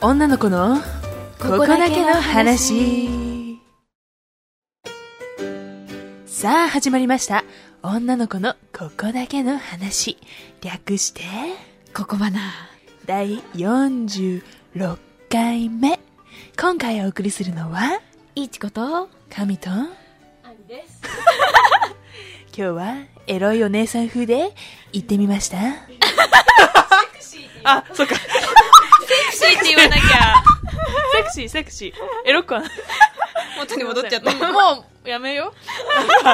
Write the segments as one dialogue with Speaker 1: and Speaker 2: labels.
Speaker 1: 女の子のここだけの話さあ始まりました女の子のここだけの話略して
Speaker 2: ここばな
Speaker 1: 第46回目今回お送りするのはい
Speaker 2: ちこと
Speaker 1: 神と兄です 今日はエロいお姉さん風で行ってみましたあそっか
Speaker 2: シーって言わなきゃ
Speaker 1: セクシーセクシーエロくはない
Speaker 2: 元に戻っちゃった、
Speaker 1: うんもうやめよう
Speaker 2: ま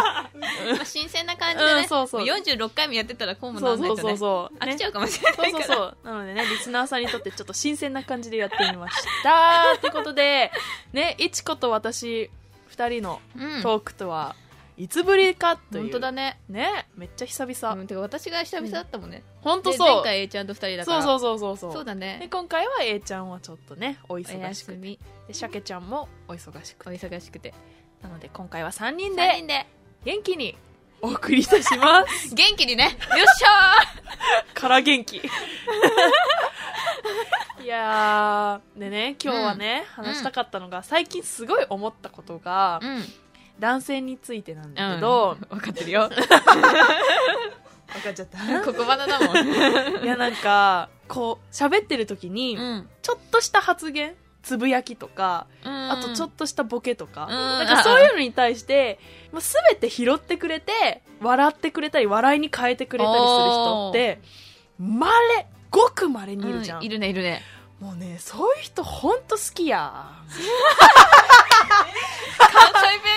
Speaker 2: あ新鮮な感じでね、
Speaker 1: うんそうそう
Speaker 2: も46回もやってたらこうも
Speaker 1: そ
Speaker 2: なら
Speaker 1: う
Speaker 2: ない
Speaker 1: そ
Speaker 2: と
Speaker 1: うそ
Speaker 2: ね
Speaker 1: うそう
Speaker 2: 飽
Speaker 1: ね
Speaker 2: きちゃうかもしれ
Speaker 1: そ
Speaker 2: な
Speaker 1: う
Speaker 2: いか
Speaker 1: そう
Speaker 2: ら
Speaker 1: そう。なのでね、リスナーさんにとってちょっと新鮮な感じでやってみま した。ってことで、ね、いちこと私、二人の
Speaker 2: うん
Speaker 1: トークとは、いつぶりかという。
Speaker 2: 本当だね
Speaker 1: ね。めっちゃ久々。
Speaker 2: うんてか私が久々だったもんね、
Speaker 1: 本当
Speaker 2: で
Speaker 1: そ
Speaker 2: 前
Speaker 1: う。
Speaker 2: 回 A ちゃんと2人だ
Speaker 1: そ
Speaker 2: か
Speaker 1: う
Speaker 2: ら
Speaker 1: そううそうそうそう。
Speaker 2: そうだ
Speaker 1: で、
Speaker 2: ね
Speaker 1: 今回は A ちゃんはちょっとね、お
Speaker 2: お
Speaker 1: 忙し
Speaker 2: 休
Speaker 1: くて。
Speaker 2: み
Speaker 1: で、シャケちゃんもお忙しく
Speaker 2: お
Speaker 1: て。
Speaker 2: 忙しくて
Speaker 1: なので、今回は三人
Speaker 2: 3
Speaker 1: で
Speaker 2: 人で
Speaker 1: 元気にお送りいたし ます。
Speaker 2: 元気 にねよっしゃ
Speaker 1: から元気 いやーでね今日はね、
Speaker 2: ん
Speaker 1: 話したかったのが最近すごい思ったことが、
Speaker 2: ーうん
Speaker 1: 男性についてなんだけど、
Speaker 2: どう分かって るよ
Speaker 1: 分かっちゃった
Speaker 2: ここばなだもん
Speaker 1: いやなんかこう喋ってる時に、
Speaker 2: うん
Speaker 1: ちょっとした発言つぶやきとか、
Speaker 2: あ
Speaker 1: あとちょっとしたボケとか、
Speaker 2: ん
Speaker 1: なんかそういうのに対して、もう全て拾ってくれて笑ってくれたり笑いに変えてくれたりする人ってまれごくまれにいるじゃん、
Speaker 2: いるねいるね
Speaker 1: もうねそういう人ほんと好きや
Speaker 2: 関西弁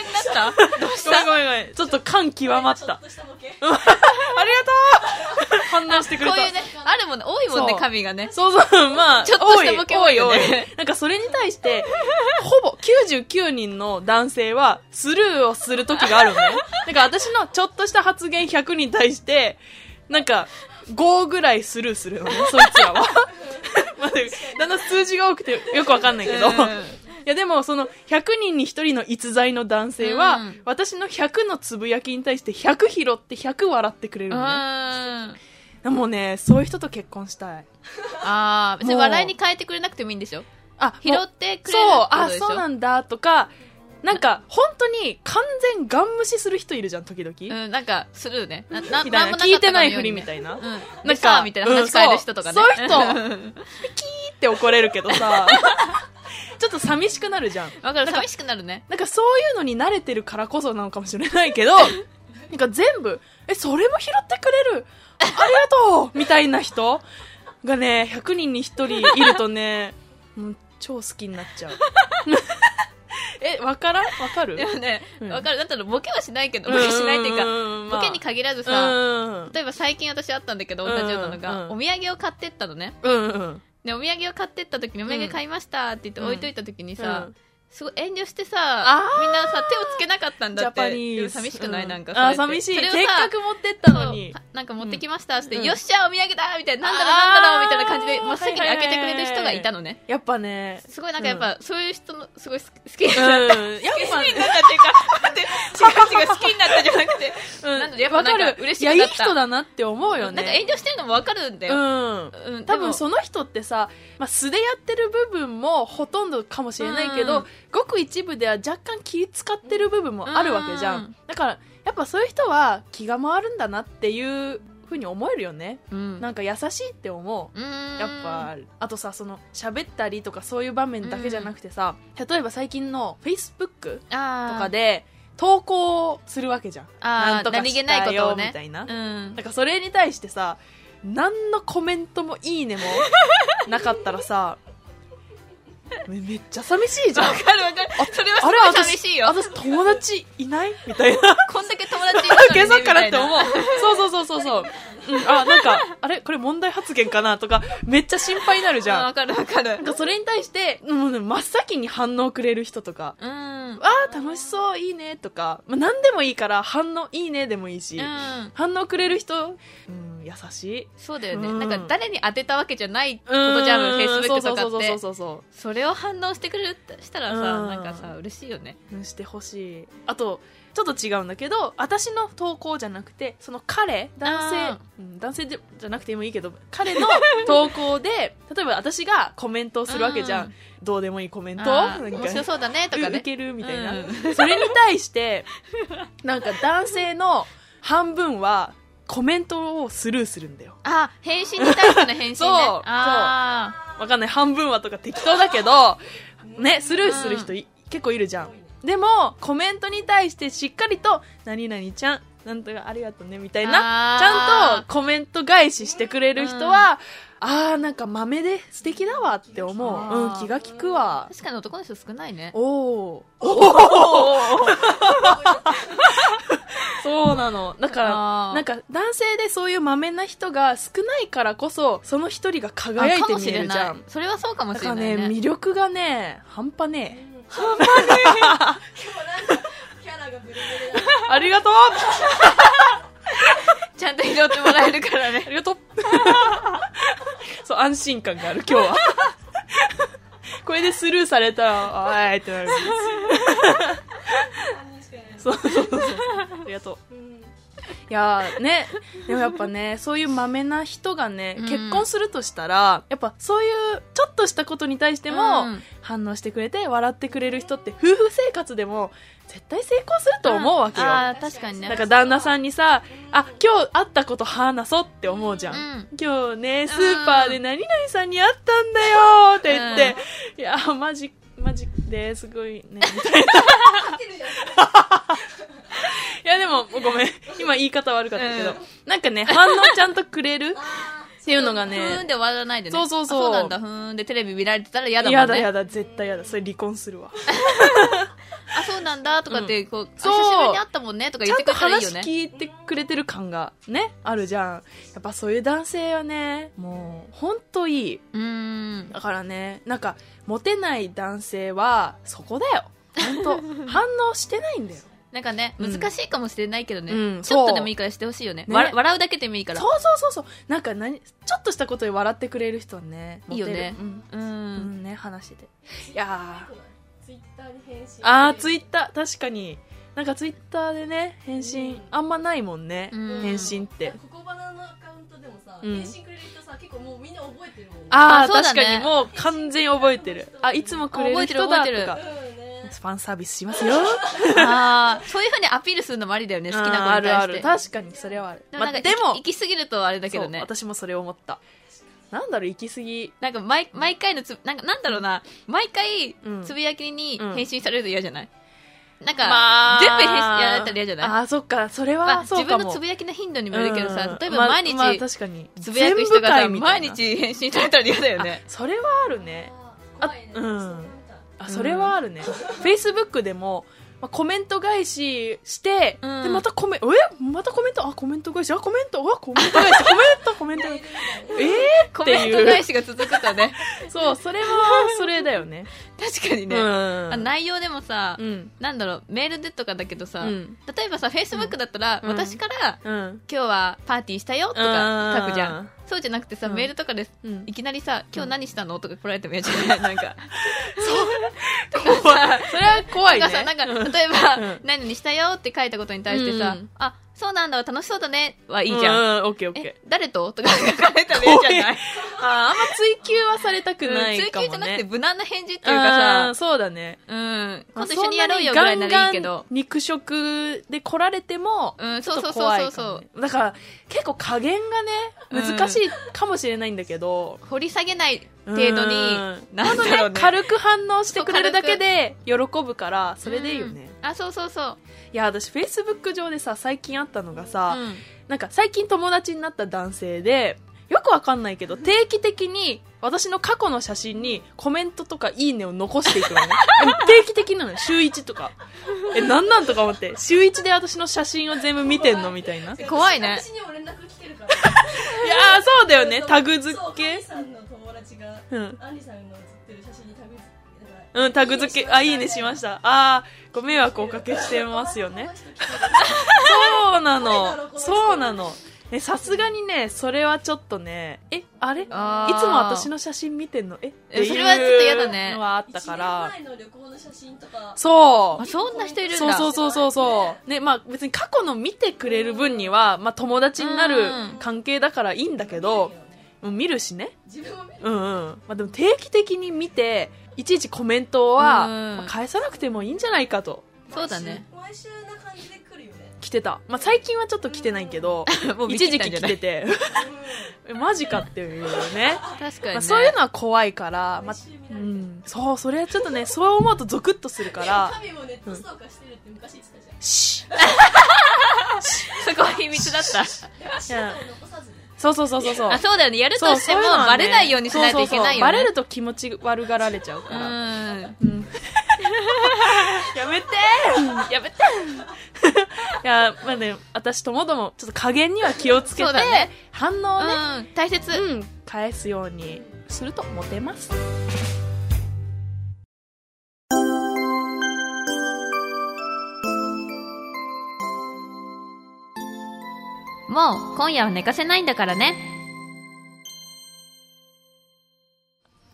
Speaker 2: になったどうし
Speaker 1: ごめん
Speaker 2: た
Speaker 1: ごめんごめんちょっと感極まった ありがとう 反応してくれ
Speaker 2: こ
Speaker 1: た
Speaker 2: ういうねあるもんね多いもんね
Speaker 1: そう
Speaker 2: 神がね
Speaker 1: そうそうまあ
Speaker 2: ちょっとしたボケ多いよね
Speaker 1: 多い多いなんかそれに対してほぼ99人の男性はスルーをする時があるのねなんか私のちょっとした発言100に対してなんか5ぐらいスルーするのねそいつらは まあでもだんだん数字が多くてよくわかんないけど、いやでもその100人に1人の逸材の男性は、
Speaker 2: うん
Speaker 1: 私の100のつぶやきに対して100拾って100笑ってくれる
Speaker 2: うん
Speaker 1: のね、
Speaker 2: あ
Speaker 1: もうねそういう人と結婚したい
Speaker 2: あー別に
Speaker 1: もう
Speaker 2: 笑いに変えてくれなくてもいいんでしょ
Speaker 1: あ
Speaker 2: 拾
Speaker 1: もう
Speaker 2: ってくれ
Speaker 1: そ
Speaker 2: る
Speaker 1: う
Speaker 2: ってこと
Speaker 1: あ
Speaker 2: でしょ
Speaker 1: そうなんだとかなんか本当に完全ガン無視する人いるじゃん時々、
Speaker 2: うんなんかスルーねなな
Speaker 1: み
Speaker 2: な
Speaker 1: た
Speaker 2: ん
Speaker 1: いな
Speaker 2: もなかったかの
Speaker 1: 聞いてない
Speaker 2: よう
Speaker 1: ふ
Speaker 2: に
Speaker 1: り
Speaker 2: ね
Speaker 1: みたいな、
Speaker 2: うんなん
Speaker 1: なんか
Speaker 2: かさあみたいな話変える人とかね
Speaker 1: うんそうそうい
Speaker 2: 人
Speaker 1: って怒れるけどさちょっと寂しくなるじゃん
Speaker 2: わかる寂しくなるね
Speaker 1: なんかそういうのに慣れてるからこそなのかもしれないけど、なんか全部、え、それも拾ってくれるありがとうみたいな人がね、100人に1人いるとね、もう超好きになっちゃう。え、わからんわかる
Speaker 2: でもね
Speaker 1: うん
Speaker 2: わかるだったらボケはしないけどボケしないっていうかボケに
Speaker 1: か
Speaker 2: 限らず
Speaker 1: けて
Speaker 2: さ
Speaker 1: うん
Speaker 2: 例えば最近私あったんだけど
Speaker 1: うん
Speaker 2: 同じようなのが、
Speaker 1: うん
Speaker 2: お土産を買ってったのね
Speaker 1: うんうん。
Speaker 2: でお土産を買ってった時にお土産買いましたって言って
Speaker 1: うん
Speaker 2: 置いといた時に
Speaker 1: う
Speaker 2: さ、
Speaker 1: ん
Speaker 2: すごい遠慮してさ
Speaker 1: あー
Speaker 2: みんなさ手をつけなかったん
Speaker 1: ジ
Speaker 2: だ
Speaker 1: ャ
Speaker 2: って
Speaker 1: パニー
Speaker 2: でも
Speaker 1: ズ。
Speaker 2: 寂しくない、
Speaker 1: う
Speaker 2: なんか
Speaker 1: あ、
Speaker 2: それっ
Speaker 1: 寂
Speaker 2: て
Speaker 1: しい。
Speaker 2: そ
Speaker 1: せ
Speaker 2: れ
Speaker 1: っ
Speaker 2: を
Speaker 1: か
Speaker 2: さ
Speaker 1: く持ってったのに
Speaker 2: そう。なんか持ってきましたって、
Speaker 1: うん
Speaker 2: よっしゃお土産だみたいななんだろう
Speaker 1: あー
Speaker 2: なんだろうみたいな感じで真っ先に開けてくれる人がいたのね
Speaker 1: やっぱね、
Speaker 2: すごいなんかやっぱ、そういう人のすごい好き
Speaker 1: うん。
Speaker 2: 好
Speaker 1: やっぱね
Speaker 2: きになったっていうか待って違う違う好きになったじゃな くて
Speaker 1: うん
Speaker 2: なんだろうやっぱなんか
Speaker 1: わかる
Speaker 2: 嬉しくなっ
Speaker 1: い
Speaker 2: た
Speaker 1: やいい人だなって思うよね
Speaker 2: なんか遠慮してるのもわかるんだよ、
Speaker 1: うん
Speaker 2: うん
Speaker 1: 多
Speaker 2: でも
Speaker 1: 分その人ってさ、まあ、素でやってる部分もほとんどかもしれないけど、
Speaker 2: うん
Speaker 1: ごく一部では若干気使ってる部分もあるわけじゃん、
Speaker 2: うん
Speaker 1: だからやっぱそういう人は気が回るんだなっていうふうに思えるよね
Speaker 2: うん
Speaker 1: なんか優しいって思う
Speaker 2: うーん
Speaker 1: やっぱあとさその喋ったりとかそういう場面だけじゃなくてさ、例えば最近の Facebook と
Speaker 2: あー
Speaker 1: かで投稿するわけじゃん
Speaker 2: あー
Speaker 1: なんとかし
Speaker 2: 何気な
Speaker 1: た
Speaker 2: いこと
Speaker 1: よ
Speaker 2: をね
Speaker 1: みたいな
Speaker 2: うん
Speaker 1: なんかそれに対してさ何のコメントも「いい ね」もなかったらさめめっちゃ寂しいじ ゃん
Speaker 2: わかるわかるそれはす
Speaker 1: あれ
Speaker 2: ごい
Speaker 1: 私
Speaker 2: 寂しいよ
Speaker 1: 私友達いないみたい な
Speaker 2: こんだけ友達い るの
Speaker 1: 消そ
Speaker 2: にね
Speaker 1: うかなって
Speaker 2: みたい
Speaker 1: 思うそうそうそうそうそう、うん、あなんかあれこれ問題発言かなとかめっちゃ心配になるじ
Speaker 2: うん
Speaker 1: ゃん
Speaker 2: わかるわか
Speaker 1: なん
Speaker 2: る
Speaker 1: かそれに対してもうね真っ先に反応くれる人とか
Speaker 2: うん
Speaker 1: わー楽しそういいねとか、まあ、何でもいいから反応いいねでもいいし、
Speaker 2: うん
Speaker 1: 反応くれる人、うん、優しい
Speaker 2: そうだよ
Speaker 1: う
Speaker 2: ね
Speaker 1: ん
Speaker 2: なんか誰に当てたわけじゃないことじゃんフェイスブックとか
Speaker 1: そう
Speaker 2: っ
Speaker 1: そう
Speaker 2: て
Speaker 1: そうそう
Speaker 2: それを反応してくれるしたらさ
Speaker 1: うん
Speaker 2: なんかさ嬉しいよね
Speaker 1: そうしてほしいあとちょっと違うんだけど私の投稿じゃなくてその彼男性
Speaker 2: あ、
Speaker 1: うん男性じゃじゃなくてもいいけど彼 の投稿で例えば私がコメントをするわけじゃん、
Speaker 2: うん
Speaker 1: どうでもいいコメント
Speaker 2: あ
Speaker 1: な
Speaker 2: ー
Speaker 1: んか
Speaker 2: 面白そうだねとか
Speaker 1: 受
Speaker 2: ね
Speaker 1: けるみたいな、
Speaker 2: うん
Speaker 1: それに対してなんか男性の半分はコメントをスルーするんだよ
Speaker 2: あ返信に対しての返信ね
Speaker 1: そう
Speaker 2: あ
Speaker 1: わかんない半分はとか適当だけどねスルーする人い、結構いるじゃんでもコメントに対してしっかりと「何々ちゃんなんとかありがとうね」みたいなち
Speaker 2: あー
Speaker 1: ゃんとコメント返ししてくれる人は、あーなんか豆で素敵だわって思う、うん、
Speaker 2: あー
Speaker 1: 気が利くわ
Speaker 2: 確かに男の人少ないね
Speaker 1: おおおお そうなのだから
Speaker 2: あー
Speaker 1: なんか男性でそういう豆な人が少ないからこそその一人が輝
Speaker 2: あ
Speaker 1: い
Speaker 2: か
Speaker 1: て
Speaker 2: も
Speaker 1: 見
Speaker 2: し
Speaker 1: え
Speaker 2: れ
Speaker 1: るじゃ
Speaker 2: なんいそれはそうかも
Speaker 1: だ
Speaker 2: し
Speaker 1: から
Speaker 2: れな
Speaker 1: ね
Speaker 2: いね
Speaker 1: 魅力がね半端ねえ
Speaker 3: キャラがブレブレ
Speaker 1: ありがとう
Speaker 2: ちゃんと拾ってもらえるからね
Speaker 1: あ りがとうそう安心感がある今 日はこれでスルーされたらあーいってなる
Speaker 3: だ確かに
Speaker 1: そうそうそうそうありがとう
Speaker 3: うん
Speaker 1: いやーねでもやっぱねそういうまめな人がね、
Speaker 2: うん
Speaker 1: 結婚するとしたらやっぱそういうちょっとしたことに対しても、
Speaker 2: うん
Speaker 1: 反応してくれて笑ってくれる人って夫婦生活でも絶対成功すると思うわけよ、
Speaker 2: あー確かにね
Speaker 1: なんか旦那さんにさ、あ、今日会ったこと話そうって思うじゃん。
Speaker 2: うん
Speaker 1: 今日ね、スーパーで何々さんに会ったんだよって言って、いや、マジ、マジですごいね、み たいな。
Speaker 3: 合ってるじゃ
Speaker 1: い
Speaker 3: ん
Speaker 1: や、でも、ごめん。今言い方悪かったけど、
Speaker 2: うん
Speaker 1: なんかね、反応ちゃんとくれ る
Speaker 3: あ
Speaker 1: っていうのが
Speaker 2: ふーん
Speaker 1: ね、
Speaker 2: で終わらないでね
Speaker 1: そうそうそう
Speaker 2: あなんだふーんでテレビ見られてたら嫌だもんね
Speaker 1: やだやだ、絶対やだ。それ離婚するわ。
Speaker 2: あそうなんだとかってこう、あ久
Speaker 1: そう
Speaker 2: しぶりに会ったもんねとか
Speaker 1: ち
Speaker 2: 言
Speaker 1: ゃ
Speaker 2: っ
Speaker 1: ん
Speaker 2: てく
Speaker 1: と
Speaker 2: れたらいい
Speaker 1: 話
Speaker 2: よね
Speaker 1: 聞いてくれてる感がね、あるじゃん。やっぱそういう男性はね、もう、ほんといい。
Speaker 2: うーん
Speaker 1: だからねなんかモテない男性はそこだよ 本当反応してないんだよ
Speaker 2: なんかね
Speaker 1: うん
Speaker 2: 難しいかもしれないけどね、
Speaker 1: うん
Speaker 2: ちょっとでもいいからしてほしいよね
Speaker 1: ね
Speaker 2: わ笑うだけでもいいか
Speaker 1: そう
Speaker 2: ら
Speaker 1: そうそうそうなんか何ちょっとしたことで笑ってくれる人はねモ
Speaker 2: いい
Speaker 1: テ
Speaker 2: よ
Speaker 1: る
Speaker 2: ね
Speaker 1: うん、
Speaker 2: うー
Speaker 1: うん
Speaker 2: ん
Speaker 1: ね話してて
Speaker 3: ー
Speaker 1: いや
Speaker 3: ツイッターに返信
Speaker 1: ーあーツ
Speaker 3: イ
Speaker 1: イッター確かになんかツイッターでね返信あんまないもんね、
Speaker 2: うん
Speaker 1: 返信って
Speaker 3: ココバナのアカウントでもさ
Speaker 1: うん
Speaker 3: 返信くれる人さ結構もうみんな覚えてるもんね
Speaker 1: あ
Speaker 2: あ
Speaker 1: あ、
Speaker 2: そうだ
Speaker 1: 確
Speaker 2: ね
Speaker 1: かにもう完全に覚えてるあいつもくれる人だとか
Speaker 2: 覚えてる覚
Speaker 3: うんね
Speaker 1: ファンサービスします よ
Speaker 2: あーそういうふうにアピールするのもありだよね好きな子に
Speaker 1: あ
Speaker 2: 対して
Speaker 1: るある確かにそれはある
Speaker 2: でもなん
Speaker 1: ま
Speaker 2: か、
Speaker 1: あでも
Speaker 2: 行き過ぎるとあれだけどね
Speaker 1: そう私もそれ思ったなんだろう行き過ぎ
Speaker 2: なんか毎毎回のつなんかなんだろうな毎回
Speaker 1: うん
Speaker 2: つぶやきに
Speaker 1: うん
Speaker 2: 返信されると嫌じゃない、なんか、
Speaker 1: まあ
Speaker 2: 全部返信やられたら嫌じゃない
Speaker 1: あーそっかそれは、
Speaker 2: まあ、
Speaker 1: そ
Speaker 2: 自
Speaker 1: うか
Speaker 2: 分
Speaker 1: も
Speaker 2: のつぶやきの頻度にもよるけどさ、
Speaker 1: うん
Speaker 2: 例えば毎日、
Speaker 1: まあまあ確かに
Speaker 2: つぶやく人がさ
Speaker 1: 全部会みた
Speaker 2: 毎
Speaker 1: いな
Speaker 2: 日返信されたら嫌だ よね
Speaker 1: あそれはあるね
Speaker 3: あ怖いね
Speaker 1: あうんあ
Speaker 2: ん
Speaker 1: それはあるね、フェイスブックでもまあコメント返しして、
Speaker 2: うん
Speaker 1: でまたコメントえまたコメントあコメント返しあコメントあコメント返しコメ ントコメント返しえ
Speaker 2: コメント返しが続くとね
Speaker 1: ー、そうそれはそれだよね
Speaker 2: 確かにね、
Speaker 1: うん
Speaker 2: あ内容でもさ、
Speaker 1: うん
Speaker 2: なんだろうメールでとかだけどさ、
Speaker 1: うん
Speaker 2: 例えばさフェイスブックだったら、
Speaker 1: うん
Speaker 2: 私から
Speaker 1: うん
Speaker 2: 「今日はパーティーしたよ」とか書くじゃん、
Speaker 1: うん
Speaker 2: そうじゃなくてさ、
Speaker 1: うん
Speaker 2: メールとかで
Speaker 1: うん
Speaker 2: いきなりさ「今日何したの?」とか来られても嫌じゃないなんか
Speaker 1: 怖いそれは怖い
Speaker 2: な
Speaker 1: ね
Speaker 2: んかさなんか例えば、
Speaker 1: うん
Speaker 2: 何々したよ」って書いたことに対してさ「
Speaker 1: うん
Speaker 2: あそうなんだ楽しそうだね」はいいじゃん、
Speaker 1: うんうん、オッケーオッケー
Speaker 2: え誰ととか書かれたら嫌じゃない
Speaker 1: あーあんま追求はされたくない
Speaker 2: うん追
Speaker 1: か
Speaker 2: 求
Speaker 1: もね。
Speaker 2: じゃなくて無難な返事っていうか
Speaker 1: あー
Speaker 2: さ、
Speaker 1: そうだね。
Speaker 2: うん、
Speaker 1: まあ
Speaker 2: 今度一緒にやろうよぐらいならいいけど
Speaker 1: そんなにガンガン、肉食で来られても、
Speaker 2: うん、
Speaker 1: ちょ
Speaker 2: そう
Speaker 1: っと
Speaker 2: そうそう
Speaker 1: 怖
Speaker 2: そう
Speaker 1: い
Speaker 2: そ
Speaker 1: か
Speaker 2: う、
Speaker 1: もね。だから、結構加減がね、
Speaker 2: うん
Speaker 1: 難しいかもしれないんだけど、
Speaker 2: 掘り下げない程度に
Speaker 1: うん、
Speaker 2: なんだろうね。
Speaker 1: 軽く反応してくれるだけで喜ぶから、それでいいよね。
Speaker 2: うん。あ、そうそうそう。
Speaker 1: いや、私、Facebook 上でさ、最近あったのが
Speaker 2: う
Speaker 1: さ、
Speaker 2: ん
Speaker 1: なんか最近友達になった男性で、よくわかんないけど、定期的に私の過去の写真にコメントとかいいねを残していくのね。 定期的なの週1とか。え、なんなんとか思って。週1で私の写真を全部見てんのみたい な。いやー、
Speaker 2: 怖いね
Speaker 3: 私にも連絡来てるから
Speaker 1: そうだよね。タグ付
Speaker 3: そうアンリ
Speaker 1: け。
Speaker 3: さんの友達が
Speaker 1: うん。
Speaker 3: アンリさんの写ってる写真にタグ付けくない
Speaker 1: うん、タグ付け、あ、いいねしました。あー、ご迷惑おかけしてますよ ね。そうなの。そうなの。ね、さすがにね、それはちょっとね、え、あれいつも
Speaker 2: あー
Speaker 1: 私の写真見てんのえっていう
Speaker 2: それはちょっと嫌だね
Speaker 1: のはあっ
Speaker 3: 一
Speaker 1: た
Speaker 3: 年
Speaker 1: から。
Speaker 3: 前の旅行の写真とか
Speaker 1: そ
Speaker 2: あ
Speaker 1: う。
Speaker 2: そんな人いるんだ
Speaker 1: そうそうそうそうそう。ね、まあ別に過去の見てくれる分には、まあ友達になる
Speaker 2: うん
Speaker 1: 関係だからいいんだけど、もう見るしね。
Speaker 3: 自分も見る
Speaker 1: うんうん。まあでも定期的に見て、いちいちコメントは、
Speaker 2: うん
Speaker 1: まあ返さなくてもいいんじゃないかと。
Speaker 2: そうだね
Speaker 3: 毎週な感じで来るよね
Speaker 1: 来てた。まあ最近はちょっと来てないけど、
Speaker 2: もう見
Speaker 1: 一
Speaker 2: 切
Speaker 1: 時
Speaker 2: ったん
Speaker 1: 期
Speaker 2: じゃ
Speaker 1: 来
Speaker 2: な
Speaker 1: て
Speaker 2: い
Speaker 1: て、 えマジかっていうね。
Speaker 2: 確かに、ね
Speaker 1: まあ、そういうのは怖いから、まあ
Speaker 3: 毎週見
Speaker 1: う
Speaker 3: られてる
Speaker 1: ん、そう、それはちょっとね、そう思うとゾクッとするから、
Speaker 3: 神もネットストーカーしてるって昔言ってたじゃん
Speaker 1: シッ
Speaker 2: そこは秘密だった
Speaker 3: 足跡を残さずに
Speaker 1: そうそうそうそうそう
Speaker 2: あ。そうだよねやるとしても
Speaker 1: そうそううのはね
Speaker 2: バレないようにしないといけない
Speaker 1: そう
Speaker 2: よね
Speaker 1: そうそうバレると気持ち悪がられちゃうから。
Speaker 2: うん
Speaker 1: やめてやめて いや、まあね、私ともども、ちょっと加減には気をつけ
Speaker 2: そ
Speaker 1: て、
Speaker 2: うだね
Speaker 1: 反応をね、
Speaker 2: うん大切、
Speaker 1: うん、返すようにするとモテます。
Speaker 2: もう今夜は寝かせないんだからね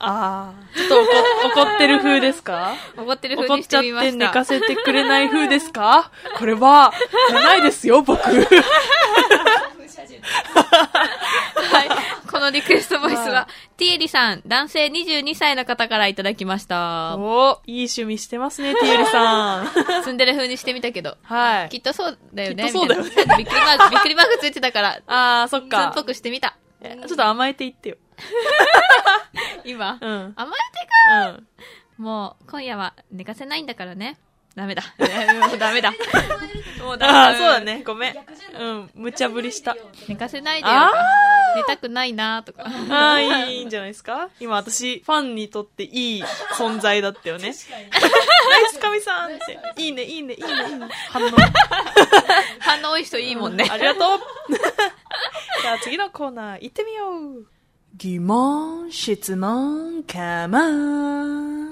Speaker 1: ああ、ちょっと怒怒ってる風です か
Speaker 2: 怒ってる
Speaker 1: 怒
Speaker 2: 風
Speaker 1: っ
Speaker 2: にし
Speaker 1: ちゃ
Speaker 2: て
Speaker 1: っ
Speaker 2: みま
Speaker 1: て
Speaker 2: した
Speaker 1: 寝かせてくれない風ですかこれは、じゃないですよ、僕。
Speaker 3: 噴射銃
Speaker 2: はい。このリクエストボイスは、ティエリさん、男性22歳の方からいただきました。
Speaker 1: おいい趣味してますね、ティエルさん。
Speaker 2: ツンデレ風にしてみたけど。
Speaker 1: はい
Speaker 2: き。っとそうだよね。
Speaker 1: きっとそうだよね
Speaker 2: みたいなびっくりマーク、びっくりマークついてたから、
Speaker 1: ああ、そっ
Speaker 2: ツンっ
Speaker 1: か
Speaker 2: ぽ。くしてみた。
Speaker 1: えちょっと甘えていってよ。
Speaker 2: 今。
Speaker 1: うん。うん。
Speaker 2: 甘えてかもう、今夜は寝かせないんだからね。ダメだ。 もうダメだ。もうダメ
Speaker 1: ああ、そうだ。ね。ごめん。
Speaker 3: 逆じゃない
Speaker 1: うん。無茶ぶりした。
Speaker 2: 寝かせないでよ
Speaker 1: あ。
Speaker 2: 寝たくないなとか。
Speaker 1: ああ、いいいいんじゃないですか今私、ファンにとっていい存在だったよね。
Speaker 3: 確か に
Speaker 1: ナイスカミさんって。いいね、いいね、いいね、いいね。反応。
Speaker 2: 反応多い人いいもんね。
Speaker 1: ありがとう じゃあ次のコーナー行ってみよう疑問、質問、かま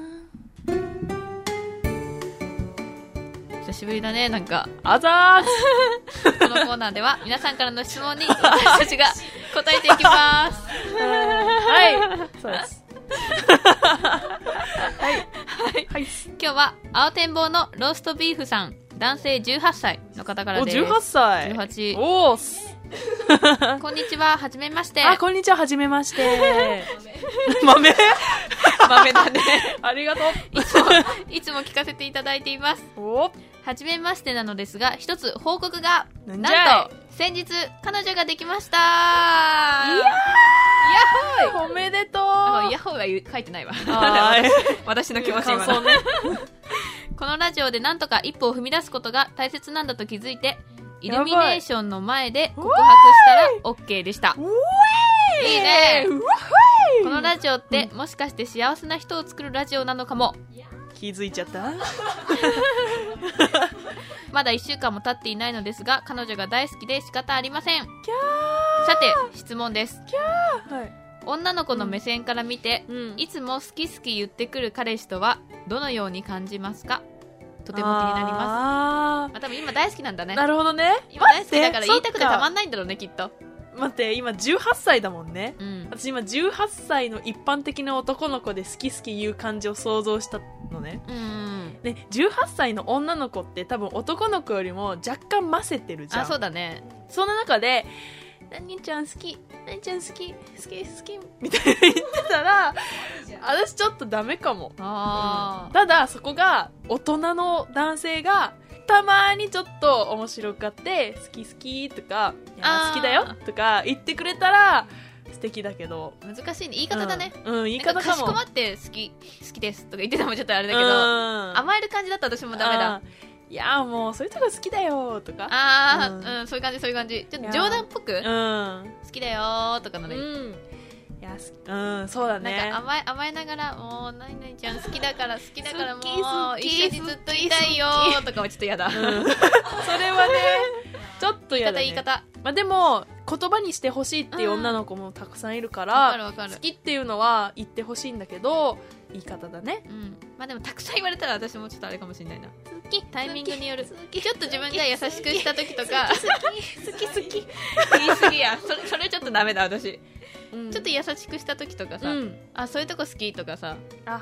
Speaker 2: 久しぶりだね、なんか。
Speaker 1: あざーす
Speaker 2: このコーナーでは、皆さんからの質問に、私たちが答えていきます。
Speaker 1: はいそうです。はい。はい。
Speaker 2: 今日は青天望のローストビーフさん男性18歳の方から
Speaker 1: お、
Speaker 2: です
Speaker 1: 18歳。
Speaker 2: 18
Speaker 1: おーす。
Speaker 2: こんにちははじめまして
Speaker 1: あ、こんにちは、はじめま して。豆
Speaker 2: 豆だね
Speaker 1: ありがと
Speaker 2: いつもいつも聞かせていただいています
Speaker 1: う。お
Speaker 2: はじめましてなのですが一つ報告が
Speaker 1: なんじゃい
Speaker 2: と先日彼女ができました
Speaker 1: いや
Speaker 2: やっほい
Speaker 1: おめでとう
Speaker 2: あヤッホーは言う書いてないわ
Speaker 1: は
Speaker 2: 私の
Speaker 1: い。
Speaker 2: 気持ち
Speaker 1: 感
Speaker 2: 今
Speaker 1: 想ね。
Speaker 2: このラジオでなんとか一歩を踏み出すことが大切なんだと気づいてイルミネーションの前で告白したら OK でした
Speaker 1: う
Speaker 2: いいね
Speaker 1: うわ
Speaker 2: このラジオってもしかして幸せな人を作るラジオなのかも
Speaker 1: 気づいちゃった
Speaker 2: まだ1週間も経っていないのですが彼女が大好きで仕方ありませんさて質問です
Speaker 1: はい。
Speaker 2: 女の子の目線から見て、
Speaker 1: うん
Speaker 2: いつも好き好き言ってくる彼氏とはどのように感じますかとても気になります
Speaker 1: ま
Speaker 2: あ多分今大好きなんだね
Speaker 1: なるほどね。
Speaker 2: 今大好きだから言いたくてたま
Speaker 1: ん
Speaker 2: んないんだろうねきっと
Speaker 1: 待って、今18歳だもんね。
Speaker 2: うん
Speaker 1: 私今18歳の一般的な男の子で好き好き言う感じを想像したのね。
Speaker 2: うん
Speaker 1: ね、18歳の女の子って多分男の子よりも若干ませてるじゃん。
Speaker 2: あそうだね
Speaker 1: そんな中で、何ちゃん好き、何ちゃん好き、好き、好き、みたいな言ってたら、私ちょっとダメかも。
Speaker 2: ああ
Speaker 1: ただそこが大人の男性がたまにちょっと面白がって好き好きとかいや
Speaker 2: あー
Speaker 1: 好きだよとか言ってくれたら素敵だけど
Speaker 2: 難しいね言い方だね、
Speaker 1: うん、うん言い
Speaker 2: なん
Speaker 1: 方
Speaker 2: か
Speaker 1: か
Speaker 2: かし
Speaker 1: も
Speaker 2: こまって好き好きですとか言ってたのもちょっとあれだけ
Speaker 1: う
Speaker 2: ど
Speaker 1: ん
Speaker 2: 甘える感じだったら私もダメだ
Speaker 1: あーいやもうそういうとこ好きだよとか
Speaker 2: あ
Speaker 1: うん
Speaker 2: ーうん、そういう感じそういう感じちょ
Speaker 1: い
Speaker 2: っ
Speaker 1: や
Speaker 2: と冗談っぽく
Speaker 1: うん
Speaker 2: 好きだよーとかの
Speaker 1: う
Speaker 2: ね、
Speaker 1: んいやすうんそうだ
Speaker 2: なん
Speaker 1: ね
Speaker 2: か甘え甘えながら「もう何々ちゃん好きだから好きだからも
Speaker 1: 好き好
Speaker 2: う
Speaker 1: き
Speaker 2: 一緒にずっといたいよー」とかはちょっと嫌だ、
Speaker 1: うんそれはねちょっと
Speaker 2: 言い
Speaker 1: や
Speaker 2: 方
Speaker 1: だ、ね、
Speaker 2: 言い方
Speaker 1: まあでも言葉にしてほしいっていう女の子もたくさんいるか
Speaker 2: わ
Speaker 1: ら、
Speaker 2: かるわか
Speaker 1: 好
Speaker 2: る
Speaker 1: きっていうのは言ってほしいんだけど言い方だね
Speaker 2: うん、まあでもたくさん言われたら私もちょっとあれかもしれないな
Speaker 4: 好き
Speaker 2: タイミングによる
Speaker 4: 好き
Speaker 2: ちょっと自分が優しくした時とか
Speaker 4: 好き好き好き
Speaker 2: 言い過ぎやそれそれちょっとダメだ私、
Speaker 1: うん
Speaker 2: ちょっと優しくした時とかさ、
Speaker 1: うん
Speaker 2: あそういうとこ好きとかさ
Speaker 1: あ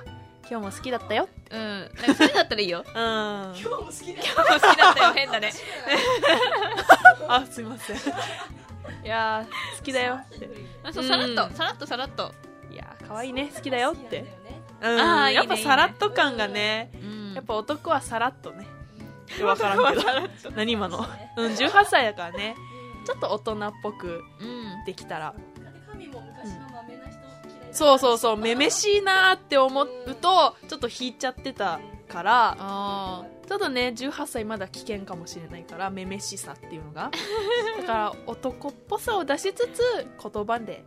Speaker 1: 今日も好きだったよ
Speaker 2: うんなんかそういうのだったらいい よ
Speaker 1: うんあ
Speaker 3: 今日も好きだよ
Speaker 2: 好きだったよ変だね
Speaker 1: すいま せんいやー好きだよって
Speaker 2: あそうさらっと、
Speaker 1: うん
Speaker 2: さらっとさらっと、
Speaker 1: いやー可愛いね好きだよって
Speaker 3: 好きなんだよね
Speaker 1: うん
Speaker 2: あーいいね
Speaker 1: やっぱさらっと感がね
Speaker 2: うん
Speaker 1: やっぱ男はさらっと ね分からんけど何今のうん18歳だからねちょっと大人っぽく
Speaker 2: うん
Speaker 1: できたら
Speaker 3: 神も昔はマメな人嫌い
Speaker 1: そうそうそうめめしいなーって思うとちょっと引いちゃってたから
Speaker 2: あー
Speaker 1: ちょっとね18歳まだ危険かもしれないからめめしさっていうの がだから男っぽさを出しつつ言葉で、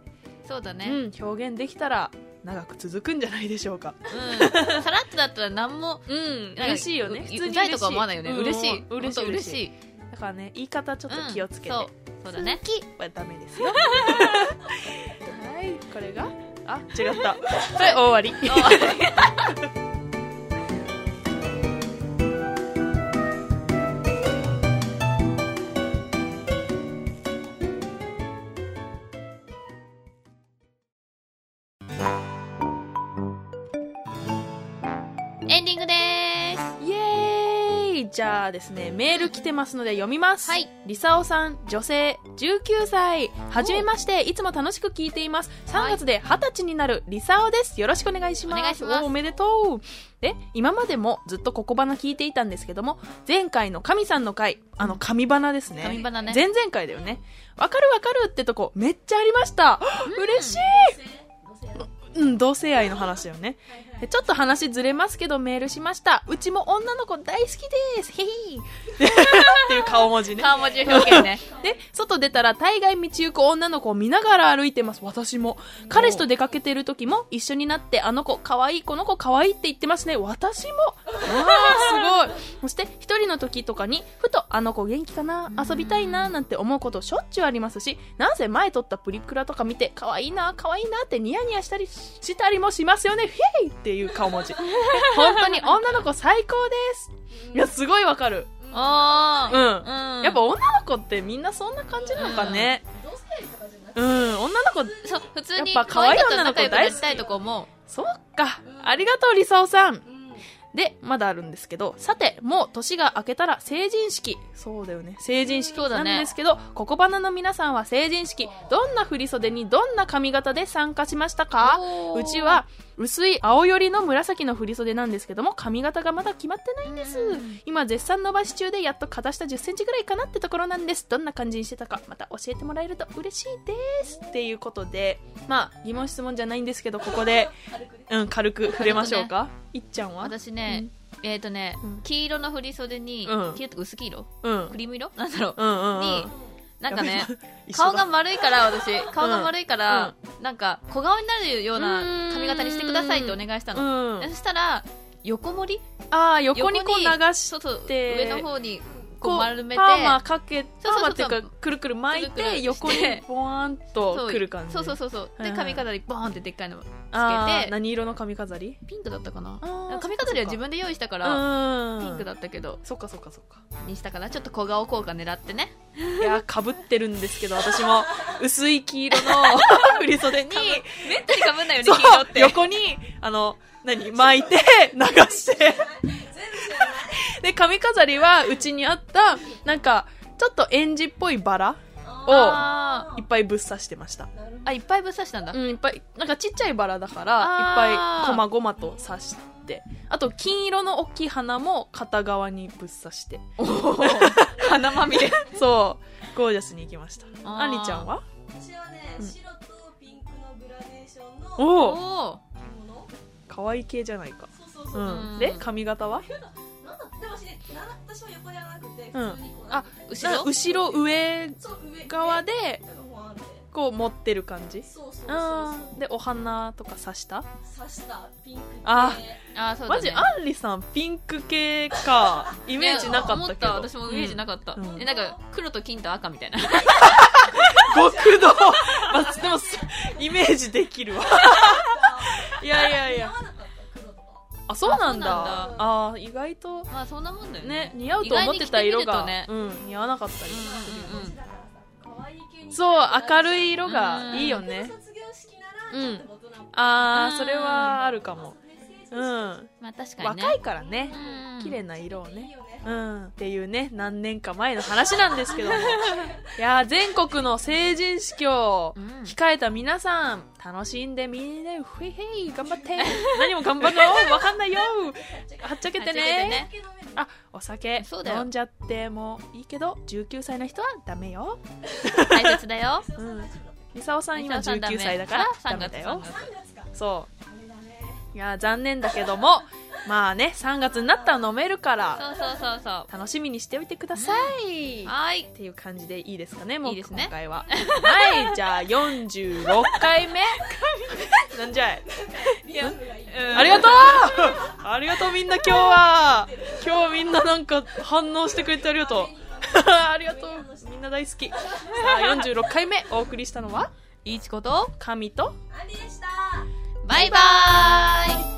Speaker 2: そうだね、
Speaker 1: うん、表現できたら長く続くんじゃないでしょうか
Speaker 2: うんさらっとだったら何も
Speaker 1: うん
Speaker 2: なんか
Speaker 1: 嬉しいよね
Speaker 2: う
Speaker 1: 普通に嬉しいう
Speaker 2: ざいとか思わないよね、
Speaker 1: うん
Speaker 2: 嬉しい
Speaker 1: うん嬉しい
Speaker 2: 本当嬉
Speaker 1: 嬉
Speaker 2: しい
Speaker 1: だからね言い方ちょっと気をつけて、
Speaker 2: うんそうそうだね
Speaker 1: はダメですよはいこれがあ違ったそれ大終わり
Speaker 2: エンディングでー
Speaker 1: イエーイじゃあですねメール来てますので読みます
Speaker 2: はい
Speaker 1: りさおさん女性19歳はじめましていつも楽しく聞いています3月で20歳になるりさおですよろしくお願いします
Speaker 2: お願いします
Speaker 1: おおめでとうで今までもずっとここばな聞いていたんですけども前回の神さんの回あの神花ですね
Speaker 2: す紙花ね
Speaker 1: 前々回だよねわかるわかるってとこめっちゃありました嬉しい
Speaker 3: 女性女性
Speaker 1: うん、同性愛の話だよね。でちょっと話ずれますけどメールしました。うちも女の子大好きです。へ へっていう顔文字ね。
Speaker 2: 顔文字表 現ね
Speaker 1: で、外出たら大概道行く女の子を見ながら歩いてます。私も。彼氏と出かけてる時も一緒になって、あの子可愛い、この子可愛いって言ってますね。私も。わー、すごい。そして、一人の時とかに、ふとあの子元気かな遊びたいななんて思うことしょっちゅうありますし、なんせ前撮ったプリクラとか見て、可愛いな、可愛いなってニヤニヤしたりししたりもしますよね。フィーっていう顔文字。本当に女の子最高です。いや、すごいわかる。
Speaker 2: あ
Speaker 1: うん。
Speaker 2: あ、うん、
Speaker 1: やっぱ女の子ってみんなそんな感じなのかね。
Speaker 3: 同性愛とかじゃなく
Speaker 1: う
Speaker 3: て
Speaker 1: ん、女の子、
Speaker 2: そう普通に
Speaker 1: やっぱ可愛い
Speaker 2: と
Speaker 1: 女の
Speaker 2: 仲
Speaker 1: 子
Speaker 2: 良く
Speaker 1: 大好き
Speaker 2: なりたいとこ思う
Speaker 1: そうか。ありがとう、理想さん。
Speaker 3: うん
Speaker 1: で、まだあるんですけど、さて、もう年が明けたら成人式。そうだよね。成人式
Speaker 2: そうだ
Speaker 1: な
Speaker 2: ね
Speaker 1: んですけど、ここばなの皆さんは成人式、どんな振袖にどんな髪型で参加しましたかうちは、薄い青寄りの紫の振袖なんですけども、髪型がまだ決まってないんです。今絶賛伸ばし中でやっと片下1 0センチぐらいかなってところなんですどんな感じにしてたかまた教えてもらえると嬉しいですっていうことでまあ疑問質問じゃないんですけどここで、
Speaker 3: 軽くね
Speaker 1: うん、軽く触れましょうか、いっちゃんは
Speaker 2: 私ね、えっ、とね、
Speaker 1: うん
Speaker 2: 黄色の振り袖に、
Speaker 1: うん
Speaker 2: 黄色って薄黄色
Speaker 1: うんうん
Speaker 2: クリーム色なんだろう、
Speaker 1: うんうん
Speaker 2: になんかね
Speaker 1: やべえ一緒だ
Speaker 2: 顔が丸いから私顔が丸いから、なんか小顔になるような髪型にしてくださいってお願いした
Speaker 1: う
Speaker 2: の、
Speaker 1: ん
Speaker 2: そしたら横盛り
Speaker 1: ああ横にこう流し
Speaker 2: ちょっと
Speaker 1: て
Speaker 2: 上の方にこ
Speaker 1: こ
Speaker 2: う
Speaker 1: う
Speaker 2: 丸めて
Speaker 1: パーマかけパ
Speaker 2: そう
Speaker 1: ーマ
Speaker 2: そうそう
Speaker 1: っていうかくるくる巻い
Speaker 2: くるくるして
Speaker 1: て横にボワーン
Speaker 2: そ
Speaker 1: と
Speaker 2: う
Speaker 1: くる感じ
Speaker 2: そうそう
Speaker 1: う
Speaker 2: そうそう
Speaker 1: はい
Speaker 2: で
Speaker 1: はい
Speaker 2: 髪飾りボーンってでっかいのつけて
Speaker 1: 何色の髪飾り
Speaker 2: ピンクだったかな
Speaker 1: あー
Speaker 2: 髪飾りは自分で用意したから
Speaker 1: うん
Speaker 2: ピンクだったけど
Speaker 1: そっかそっかそっか
Speaker 2: にしたかなちょっと小顔効果狙ってね
Speaker 1: いやかぶってるんですけど私も薄い黄色の 振り袖に
Speaker 2: めったにかぶんないよね
Speaker 1: そう
Speaker 2: 黄色って
Speaker 1: 横にあの何巻いて 流してで髪飾りはうちにあったなんかちょっとエンジっぽいバラを
Speaker 2: あ
Speaker 1: いっぱいぶっ刺してました
Speaker 3: なるほ
Speaker 2: ーあいっぱいぶっ刺したんだ、
Speaker 1: うんいっぱいなんかちっちゃいバラだか
Speaker 2: あー
Speaker 1: らいっぱいこまごまと刺してあと金色の大きい花も片側にぶっ刺して
Speaker 2: 鼻まみれ
Speaker 1: そうゴージャスに行きました
Speaker 2: あー
Speaker 1: あんりちゃんは
Speaker 3: ど私はね
Speaker 1: うん
Speaker 3: 白とピンクのグラデーションのも
Speaker 2: お
Speaker 1: おお
Speaker 2: お
Speaker 3: の
Speaker 1: 可愛い系じゃないか
Speaker 3: そうそうそううん
Speaker 1: で髪型は
Speaker 3: なんだって私ねな私は横じゃなくて普
Speaker 1: うん
Speaker 3: 通にこう
Speaker 2: あ後ろ
Speaker 1: 後ろ上
Speaker 3: そう上
Speaker 1: 側で
Speaker 3: 上の方あんで
Speaker 1: こう持ってる感じ
Speaker 3: そうそうそう
Speaker 1: あ
Speaker 3: そ
Speaker 1: ー
Speaker 3: う
Speaker 1: でお花とか刺した、
Speaker 3: 刺したピンク系
Speaker 1: あ
Speaker 2: あーそうだ、
Speaker 1: マ
Speaker 2: ね、
Speaker 1: ジあんりさんピンク系 かイメージなかったけ
Speaker 2: いや思
Speaker 1: ど
Speaker 2: った私もイメージなかった、
Speaker 1: うんうん
Speaker 2: えなんか黒と金と赤みたいな
Speaker 1: うん極道、 まあ、でもそイメージできるわいやいやいや
Speaker 3: 合わなかった黒
Speaker 1: あそうなん
Speaker 2: あ
Speaker 1: だ
Speaker 2: そうなん
Speaker 3: だ
Speaker 1: あー意外と
Speaker 2: まあそんなもんだよ
Speaker 1: ね
Speaker 2: ね
Speaker 1: 似合うと思ってた色が、
Speaker 2: 意外に着て
Speaker 1: うん、似合わなかったり、
Speaker 2: うんうんうん
Speaker 3: 可愛い系に
Speaker 1: そう明るい色が
Speaker 2: うん
Speaker 1: いいよ
Speaker 3: で
Speaker 1: ね
Speaker 3: も卒業式なら
Speaker 1: うん
Speaker 3: ちょっと大人も
Speaker 1: あ
Speaker 2: う
Speaker 1: あ
Speaker 2: ん
Speaker 1: それはあるかも
Speaker 3: メッセージ
Speaker 1: うん
Speaker 2: まあ確かにね
Speaker 1: 若いからね
Speaker 2: うん
Speaker 1: 綺麗な色を
Speaker 3: いい
Speaker 1: ね
Speaker 3: よね
Speaker 1: うんっていうね何年か前の話なんです けどもいやー全国の成人式を
Speaker 2: うん
Speaker 1: 控えた皆さん楽しんでみんなふいへい頑張って何も頑張ろうわかんないよはっちゃけてね
Speaker 2: はっちゃけてね
Speaker 3: 酒飲める
Speaker 1: あお酒
Speaker 2: そうだよ
Speaker 1: 飲んじゃってもいいけど19歳の人はダメよ
Speaker 2: 大切だよ
Speaker 3: それは大丈夫だ
Speaker 1: ミサオさん今19歳だからダ
Speaker 2: 三
Speaker 1: メ
Speaker 2: 月
Speaker 1: だ
Speaker 2: 三
Speaker 1: よ
Speaker 2: 月
Speaker 3: 三月か
Speaker 1: そ
Speaker 3: あれだね
Speaker 1: ういやー残念だけどもまあね3月になったら飲めるから
Speaker 2: そうそうそうそう
Speaker 1: 楽しみにしておいてください、っ
Speaker 2: はーい
Speaker 1: ていう感じでいいですかねもう
Speaker 2: いいですね
Speaker 1: 今回ははいじゃあ46回目 なんじゃい
Speaker 3: リアルがいい
Speaker 1: ありがとうありがとうみんな今日は今日みんななんか反応してくれてありがとう ありがとうみんな大好きさあ46回目お送りしたのはい
Speaker 2: ちこと
Speaker 1: 神と
Speaker 3: アンリでした
Speaker 2: バイバーイ